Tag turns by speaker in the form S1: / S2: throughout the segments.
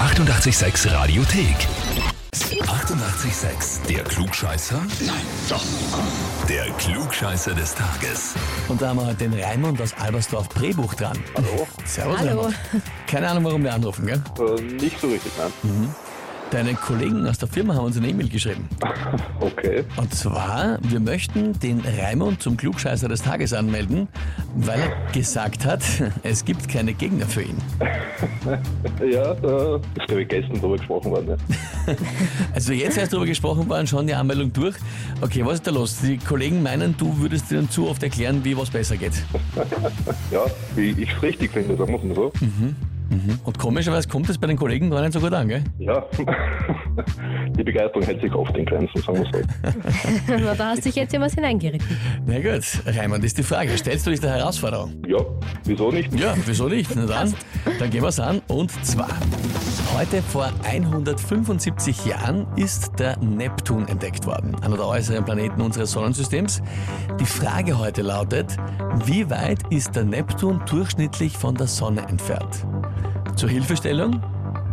S1: 886 Radiothek. 88,6. Der Klugscheißer? Nein, doch. Der Klugscheißer des Tages.
S2: Und da haben wir heute den Raimund aus Albersdorf-Prebuch dran. Hallo. Servus,
S3: Hallo.
S2: Raimund. Keine Ahnung, warum wir anrufen, gell?
S4: Äh, Nicht so richtig, nein.
S2: Deine Kollegen aus der Firma haben uns eine E-Mail geschrieben.
S4: Okay.
S2: Und zwar, wir möchten den Raimund zum Klugscheißer des Tages anmelden, weil er gesagt hat, es gibt keine Gegner für ihn.
S4: Ja, äh, ist glaube ich gestern drüber gesprochen worden. Ja.
S2: Also jetzt erst darüber gesprochen worden, schon die Anmeldung durch. Okay, was ist da los? Die Kollegen meinen, du würdest ihnen zu oft erklären, wie was besser geht.
S4: Ja, wie ich es richtig finde, sagen wir es mal so.
S2: Und komischerweise kommt es bei den Kollegen gar nicht so gut an, gell?
S4: Ja. Die Begeisterung hält sich oft in Grenzen, sagen wir es so.
S3: Na, da hast dich jetzt jemand hineingeritten.
S2: Na gut, Raimund, ist die Frage. Stellst du dich der Herausforderung?
S4: Ja, wieso nicht?
S2: Ja, wieso nicht? Na dann, dann gehen wir es an. Und zwar, heute vor 175 Jahren ist der Neptun entdeckt worden, einer der äußeren Planeten unseres Sonnensystems. Die Frage heute lautet, wie weit ist der Neptun durchschnittlich von der Sonne entfernt? Zur Hilfestellung,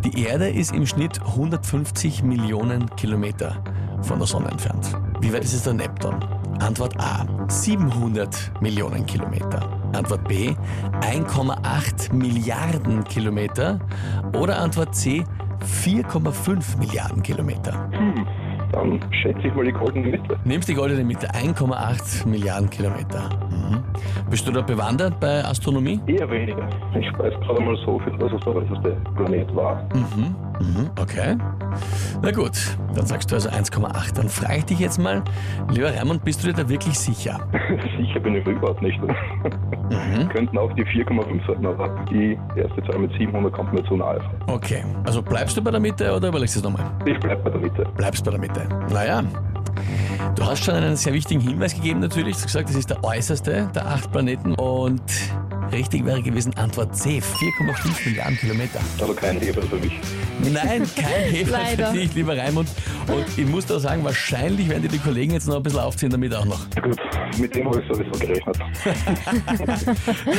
S2: die Erde ist im Schnitt 150 Millionen Kilometer von der Sonne entfernt. Wie weit ist es der Neptun? Antwort A, 700 Millionen Kilometer. Antwort B, 1,8 Milliarden Kilometer. Oder Antwort C, 4,5 Milliarden Kilometer.
S4: Dann schätze ich mal die goldene Mitte.
S2: Nimmst die goldene Mitte, 1,8 Milliarden Kilometer. Mhm. Bist du da bewandert bei Astronomie?
S4: Eher weniger. Ich weiß gerade mal so viel, was es der äußerste Planet war.
S2: Mhm, mhm, okay. Na gut, dann sagst du also 1,8. Dann frage ich dich jetzt mal, lieber Raimund, bist du dir da wirklich sicher?
S4: Sicher bin ich überhaupt nicht. Könnten auch die 4,5 sein, aber die erste Zahl mit 700 kommt mir zu nahe.
S2: Okay, also bleibst du bei der Mitte oder überlegst du es nochmal?
S4: Ich bleibe bei der Mitte.
S2: Bleibst bei der Mitte. Naja, du hast schon einen sehr wichtigen Hinweis gegeben natürlich. Du hast gesagt, das ist der äußerste der acht Planeten und richtig wäre gewesen Antwort C, 4,5 Milliarden Kilometer.
S4: Also kein Hebel für mich.
S2: Nein, kein Hefer
S3: Leider.
S2: für dich, lieber Raimund. Und ich muss da sagen, wahrscheinlich werden dir die Kollegen jetzt noch ein bisschen aufziehen damit auch noch.
S4: Gut, mit dem habe ich sowieso gerechnet.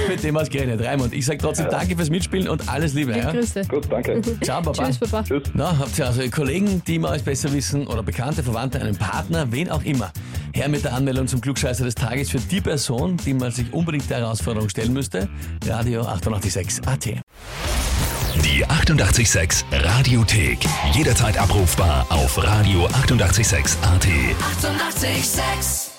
S2: Mit dem was gerechnet. Raimund, ich sage trotzdem danke fürs Mitspielen und alles Liebe. Ja?
S3: Grüße.
S4: Gut, danke.
S2: Ciao, Baba.
S3: Tschüss, Papa.
S4: Tschüss.
S2: Na, habt ihr also Kollegen, die immer alles besser wissen oder bekannte Verwandte, einen Partner, wen auch immer. Her mit der Anmeldung zum Klugscheißer des Tages für die Person, die man sich unbedingt der Herausforderung stellen müsste. Radio 886 AT.
S1: Die 88,6 Radiothek. Jederzeit abrufbar auf radio886.at. 88,6.
S5: Eighty-eight, sex.